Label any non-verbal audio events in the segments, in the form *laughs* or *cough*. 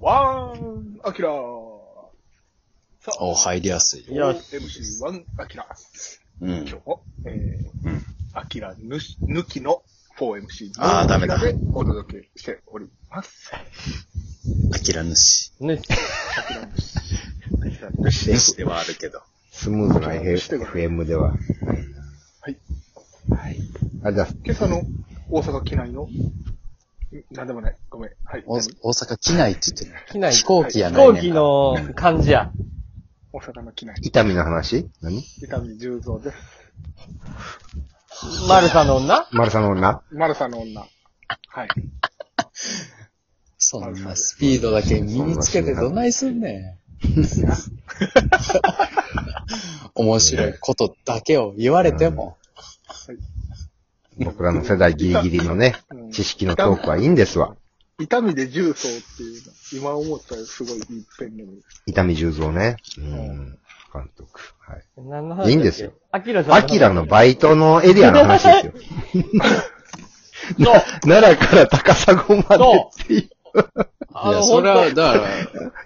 4MC1 アキラさあ、お、入りやすい。よ 4MC1 アキラうん今。日も、えーうんアキラぬし抜きの 4MC あーダメだでお届けしております。あきら主。ね、アキラぬし。アキラぬし。主ではあるけど。スムーズなしてく F- れ FM では。はい。はい。あ、じゃあ、今朝の大阪機内の、んなんでもない。ごめん。はい。大大阪機内って言ってる。機内、飛飛行機やない行ねん機から。の感じや。大阪の機内。痛みの話何伊丹十三です。マルサの女マルサの女マルサの女。はい。そんなスピードだけ身につけてどないすんねん。面白いことだけを言われても。僕らの世代ギリギリのねうん、知識のトークはいいんですわ。痛みで重曹っていうの、今思ったらすごいいいペンネームです。痛み十三ね。うん。監督。はい。何の話だっけいいんですよ。アキラさん。アキラのバイトのエリアの話ですよ。そう。奈良から高砂までっていう。いあや、の、そほんれは、だから、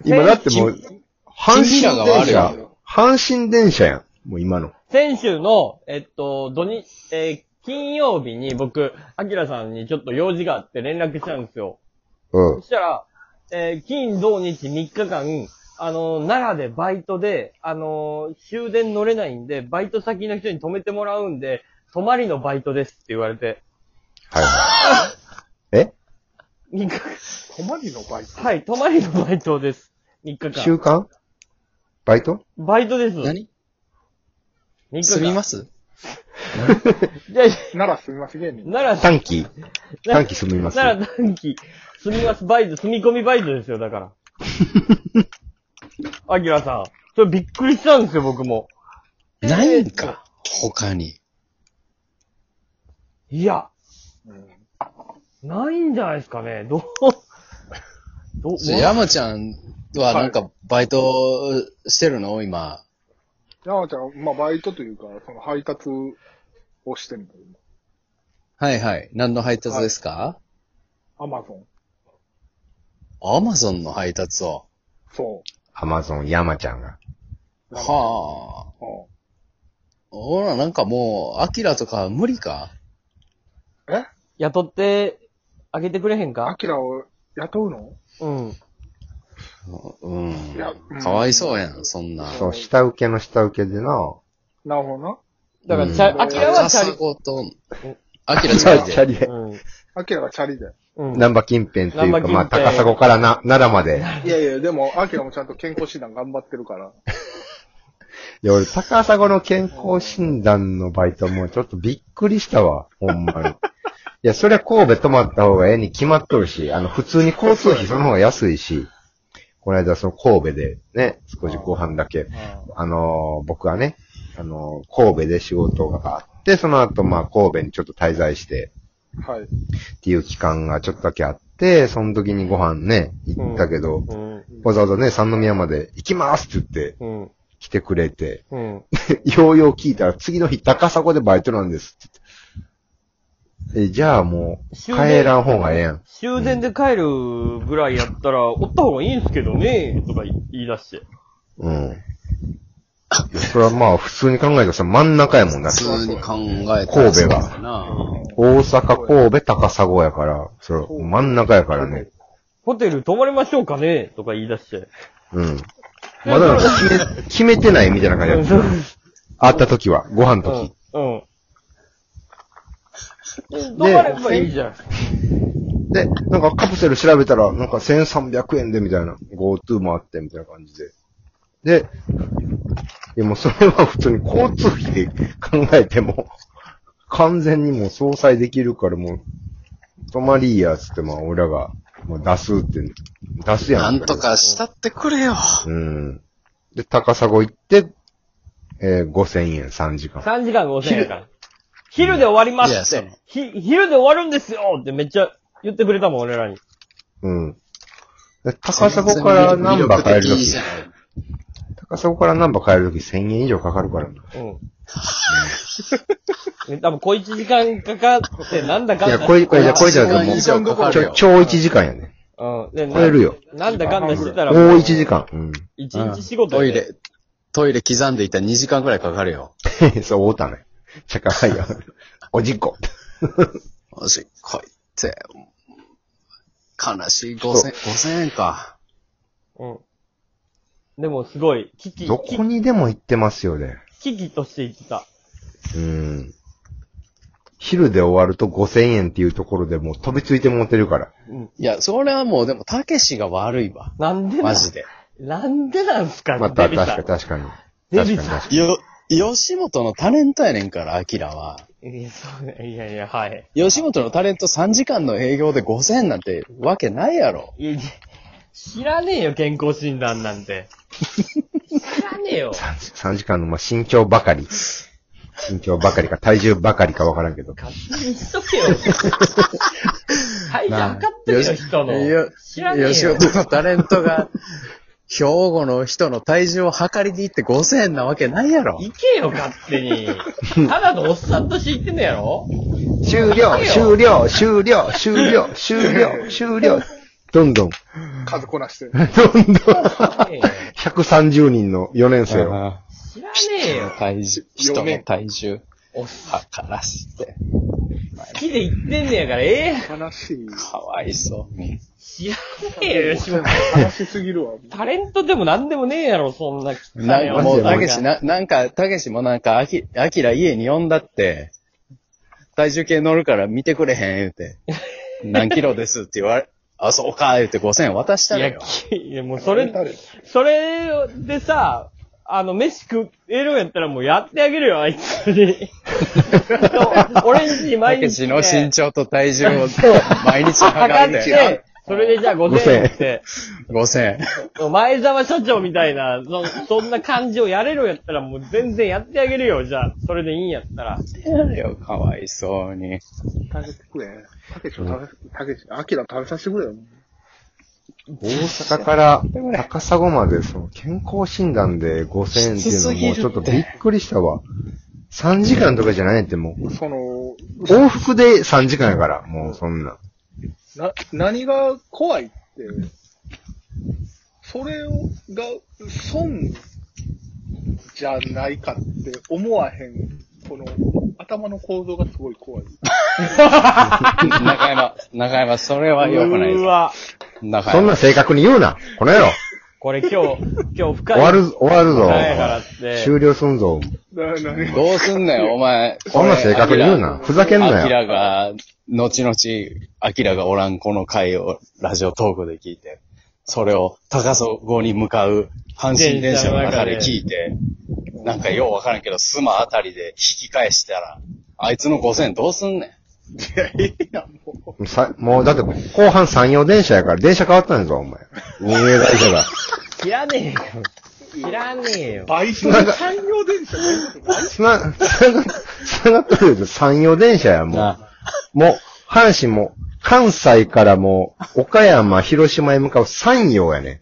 今だってもう、阪神君らが悪電い車よ。阪神電車やん。もう今の。先週の、えっと、土日、えー金曜日に僕、アキラさんにちょっと用事があって連絡したんですよ。うそん。したら、えー金、土、日3日間、あのー、奈良でバイトで、あのー、終電乗れないんで、バイト先の人に止めてもらうんで、泊まりのバイトですって言われて、はいはい。え3日、困りのバイト。はい、泊まりのバイトです。3日週間。刊バイトバイトです。3何日間。すみますいやいやならすみません、芸人。奈良、短期短期住みます。奈良短期、住みますバイト、住み込みバイトですよ、だから。 *laughs* アキラさん。それびっくりしたんですよ、僕も。ないんか。他に。いや、うんないんじゃないですかね。どう、 *laughs* どう、じゃあ山ちゃんはなんかバイトしてるの今。山ちゃん、まあ、バイトというか、その配達をしてるんだよ、はいはい。何の配達ですかアマゾン。アマゾンの配達を。そアマゾン山ちゃんが。う。はあ。あ。うんほら、なんかもう、アキラとか無理かえ雇って、あげてくれへんアかキラを雇うのうん。うんいや。かわいそうやん、そんな。そう、下請けの下請けでな。なるほどな。だから、うんチャ、アキラはチ高砂ャリ、子と、アキラチ違ャリうチャで。リで。アキラがチャリで。うん。うん。難波近辺っていうか、難波近辺まあ、高砂からな、奈良まで。 *laughs* いやいや、でも、アキラもちゃんと健康診断頑張ってるから。いや、俺、高砂の健康診断のバイトもちょっとびっくりしたわ。ほんまに。いや、そりゃ神戸泊まった方がええに決まっとるし、あの、普通に交通費その方が安いし、この間その神戸でね、少しご飯だけ、あのー僕はね、あのー神戸で仕事があって、その後、まあ、神戸にちょっと滞在して、はい。っていう期間がちょっとだけあって、その時にご飯ね、行ったけど、うん。わざわざね、三宮まで行きますって言ってうん。来てくれて、うん。 *laughs* ようよう聞いたら次の日高砂でバイトなんですって言って。え、じゃあもう、終帰電らん方がええやん。終電で帰るぐらいやったら、おった方がいいんすけどね、とか言い出して。うん。それはまあ普通に考えたらさ、真ん中やもんな。普通に考えた神ら戸がそうだな。大阪、神戸、高砂やから、それ真ん中やからね。ホテル泊まりましょうかね、とか言い出して。うん。まだなんか決め、決めてないみたいな感じだった。会った時は、ご飯の時。うん。うん。泊まればいいじゃん。で、なんかカプセル調べたら、なんか1300円でみたいな、GoTo もあってみたいな感じで。で、いやもうそれは普通に交通費で考えても、完全にもう相殺できるからもう、泊まりいやつってまあ俺らが、もう出すって、出すやん。なんと。かしたってくれよ。うん。で、高砂行って、えー、5000円3時間。 3時間5000円やから。昼で終わりまいやすそっのて。ひ、昼で終わるんですよってめっちゃ言ってくれたもん、俺らに。うん。で高砂から難波帰るといいきじ、ゃない高砂から難波帰るとき1000円以上かかるからな。うん。多分小1時間かかって、なんだかんいだ。や、これ、これ、じゃあこれじゃ一時間もう、以ち上かかるよょ、超一時間やね。うん。で、超えるよ。なんだかんだしてたら、もう1時。間。うん。 *laughs* 一日仕事トでイ。レ、トイレ刻んでいたら2時間くらいかかるよ。そう、おうたね。ちゃかはいよ。おじっこ。マジ、こいって。悲しい5000、5000円か。うん。でもすごい、危機、どこにでも行ってますよね。危機として言ってた。うん。昼で終わると5000円っていうところでもう飛びついてもうてるから。うん。いや、それはもう、でも、たけしが悪いわ。なんでなんマジで。なんでなんすか、また、デビ確さかんに。確かに。確かデビにさん確かよ、吉本のタレントやねんから、アキラは。いや、そうね。いやいや、はい。吉本のタレント3時間の営業で5000円なんてわけないやろ。いや知らねえよ、健康診断なんて。知らねえよ。に。3時間の、まあ、身長ばかり。身長ばかりか、体重ばかりかわからんけど。勝手にしとけよ。体重測ってるよ、人の。よ知らねえよ。吉本のタレントが、兵庫の人の体重を測りに行って5000円なわけないやろ。行けよ、勝手に。ただのおっさんとして言ってんのやろ終了終了終了終了終了終了どんどん、数こなして。どんどん、ねえ130人の4年生を。知らねえよ。体重、人の体重、おっさん測らして、好きで言ってんねやから、ええ悲しい。かわいそう。知らねえよ、吉本。悲しすぎるわ。タレントでもなんでもねえやろ、そんな。なんかもマジでう、マジたでけし、な、なんか、たけしもなんか、あき、あきら家に呼んだって、体重計乗るから見てくれへん、言う *laughs* て。何キロですって言われ、あ、そうか、言うて5000円渡したいのや、よ。きいやもうそれ、誰それでさ、あの、飯食えるんやったらもうやってあげるよ、あいつに。俺んちにた毎け日しね、の身長と体重を毎日測測っ、ってて、それでじゃあ5000円って、 5000円。前澤社長みたいな、そそんな感じをやれるんやったらもう全然やってあげるよ、じゃあ。それでいいんやったら。やれよ、かわいそうに。食べてくれ。たけしを食べ、たけし、あきら食べさせてくれよ。大阪から高砂まで、その健康診断で5000円っていうのはもうちょっとびっくりしたわ。3時間とかじゃないってもう、その、往復で3時間やから、もうそんな。な、何が怖いって、それを、が、損じゃないかって思わへん、この、頭の構造がすごい怖い。中山、中山、それは良くないうぞ。わ。中そん山。な正確に言うなこの野郎これ今日、今日深い。終わる、終わるぞ深いからって。終了すんぞ。な、何がどうすんねん、お前。そんな正確に言うこな。ふざけんれ。なアキよ。ラが、後々、アキラがおらんこの回をラジオトークで聞いて、それを高砂に向かう阪神電車の中で聞いて、なんかようわからんけど、スマあたりで引き返したら、あいつの5000どうすんねん。いや、もう。さ、もうだって後半3、4電車やから、電車変わったんやぞ、お前。運営会社が。知らねえよ。知らねえよ。バイトの産業電車つな、つなが、つながってるけど、山陽電車や、もなう。もう、阪神も、関西からもう、岡山、広島へ向かう山陽やね。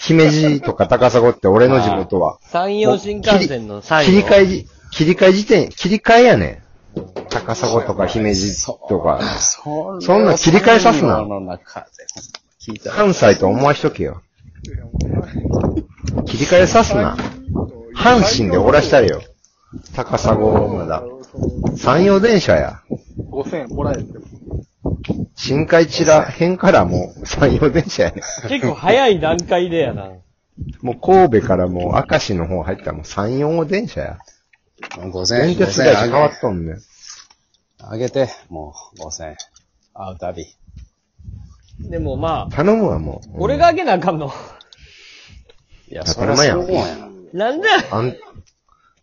姫路とか高砂って俺の地元は。山陽新幹線の最後。切り替えじ、切り替え時点、切り替えやね。高砂とか姫路とか。そそんな切り替えさすなその中で聞いたら関西と思わしとけよ。切り替えさすな。阪神でおらしたれよ。高砂をまだ。山陽電車や。 5000円もらえても。深海地ら辺からもう山陽電車やね。結構早い段階でやな。もう神戸からもう明石の方入ったらもう山陽電車や。 5000円、電鉄5000会円社あ変げわっとんねん。あげて、もう5000円。会うたび。 *laughs* でもまあ、頼むわもう。俺があげなあかんの。 *laughs* いや、当そたりりゃ前やそんうやな。なんで安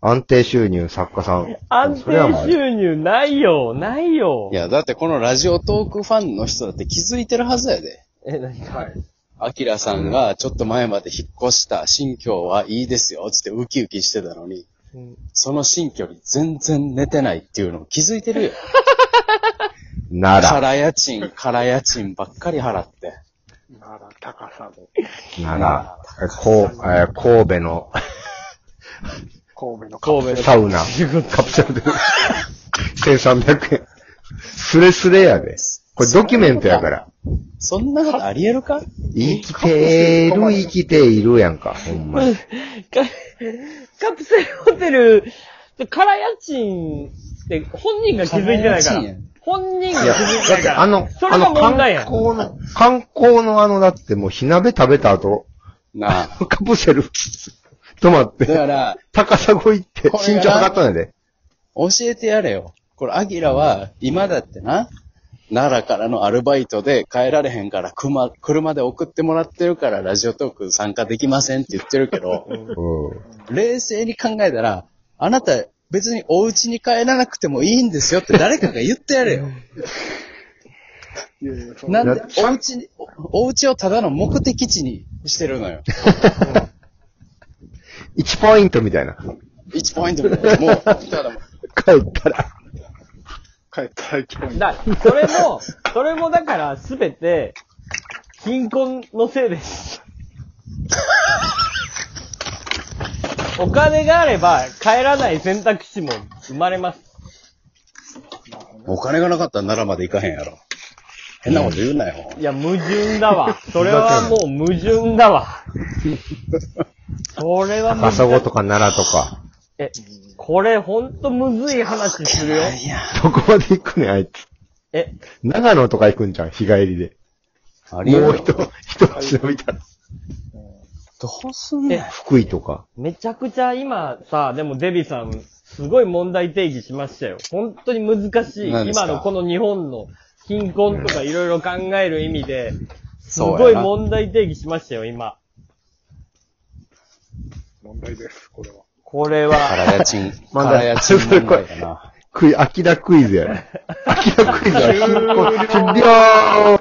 安定収入作家さん。安それは定もう収入ないよ、ないよい。や、だってこのラジオトークファンの人だって気づいてるはずやで。え、何 *laughs* か。はい。アキラさんがちょっと前まで引っ越した新居はいいですよ、つってウキウキしてたのに、うんその新居に全然寝てないっていうのを気づいてるよ。なら。空家賃、空家賃ばっかり払って。なら、高さの、なら。こう、えー神戸の神戸の神戸の。サウナ、カプセルで、1300円。スレスレやで。これドキュメントやから。そんなことありえるか生きてる、生きているやんか、ほんまに。カカプセルホテル、から家賃って本人が気づいてないか空家賃らや。本人がい気や、づだいてなっいてから。あの、それあがの、問観題やん。光の、観光のあの、だってもう火鍋食べた後、なあ。カプセル、止まっだて、から、高砂行って、これ身が長測ったんやで。教えてやれよ。これ、アキラは、今だってな、奈良からのアルバイトで帰られへんから、車、車で送ってもらってるから、ラジオトーク参加できませんって言ってるけど、う冷静に考えたら、あなた、別にお家に帰らなくてもいいんですよ *laughs* って誰かが言ってやれよ。いやいや、そのなんでだっ、お家に、おお家をただの目的地にしてるのよ。ん。1ポイントみたいな。 1ポイントみ *laughs* たいな。もう、ただもう帰ったら。帰ったら1ポイント。だ、それも、それもだから、すべて、貧困のせいです。お金があれば、帰らない選択肢も生まれます。お金がなかったら奈良まで行かへんやろ。変なこと言うなよ。いや、矛盾だわ。それはもう矛盾だわ。それは高難しい砂とか奈良とか。え、これほんとむずい話するよ。いや、どこまで行くねん、あいつ。え、長野とか行くんじゃん、日帰りで。ありえるもよう人、人忍びたら。どうすんねんえ。福井とか。めちゃくちゃ今さ、でもデビさん、すごい問題定義しましたよ。本当に難しい。何ですか今のこの日本の貧困とかいろいろ考える意味で、すそうやなごい問題定義しましたよ、今。問題です、これは。これは、空家賃。まだ空家賃問題かな。クイ、アキラクイズやろ。アキラクイズは貧困、終了終了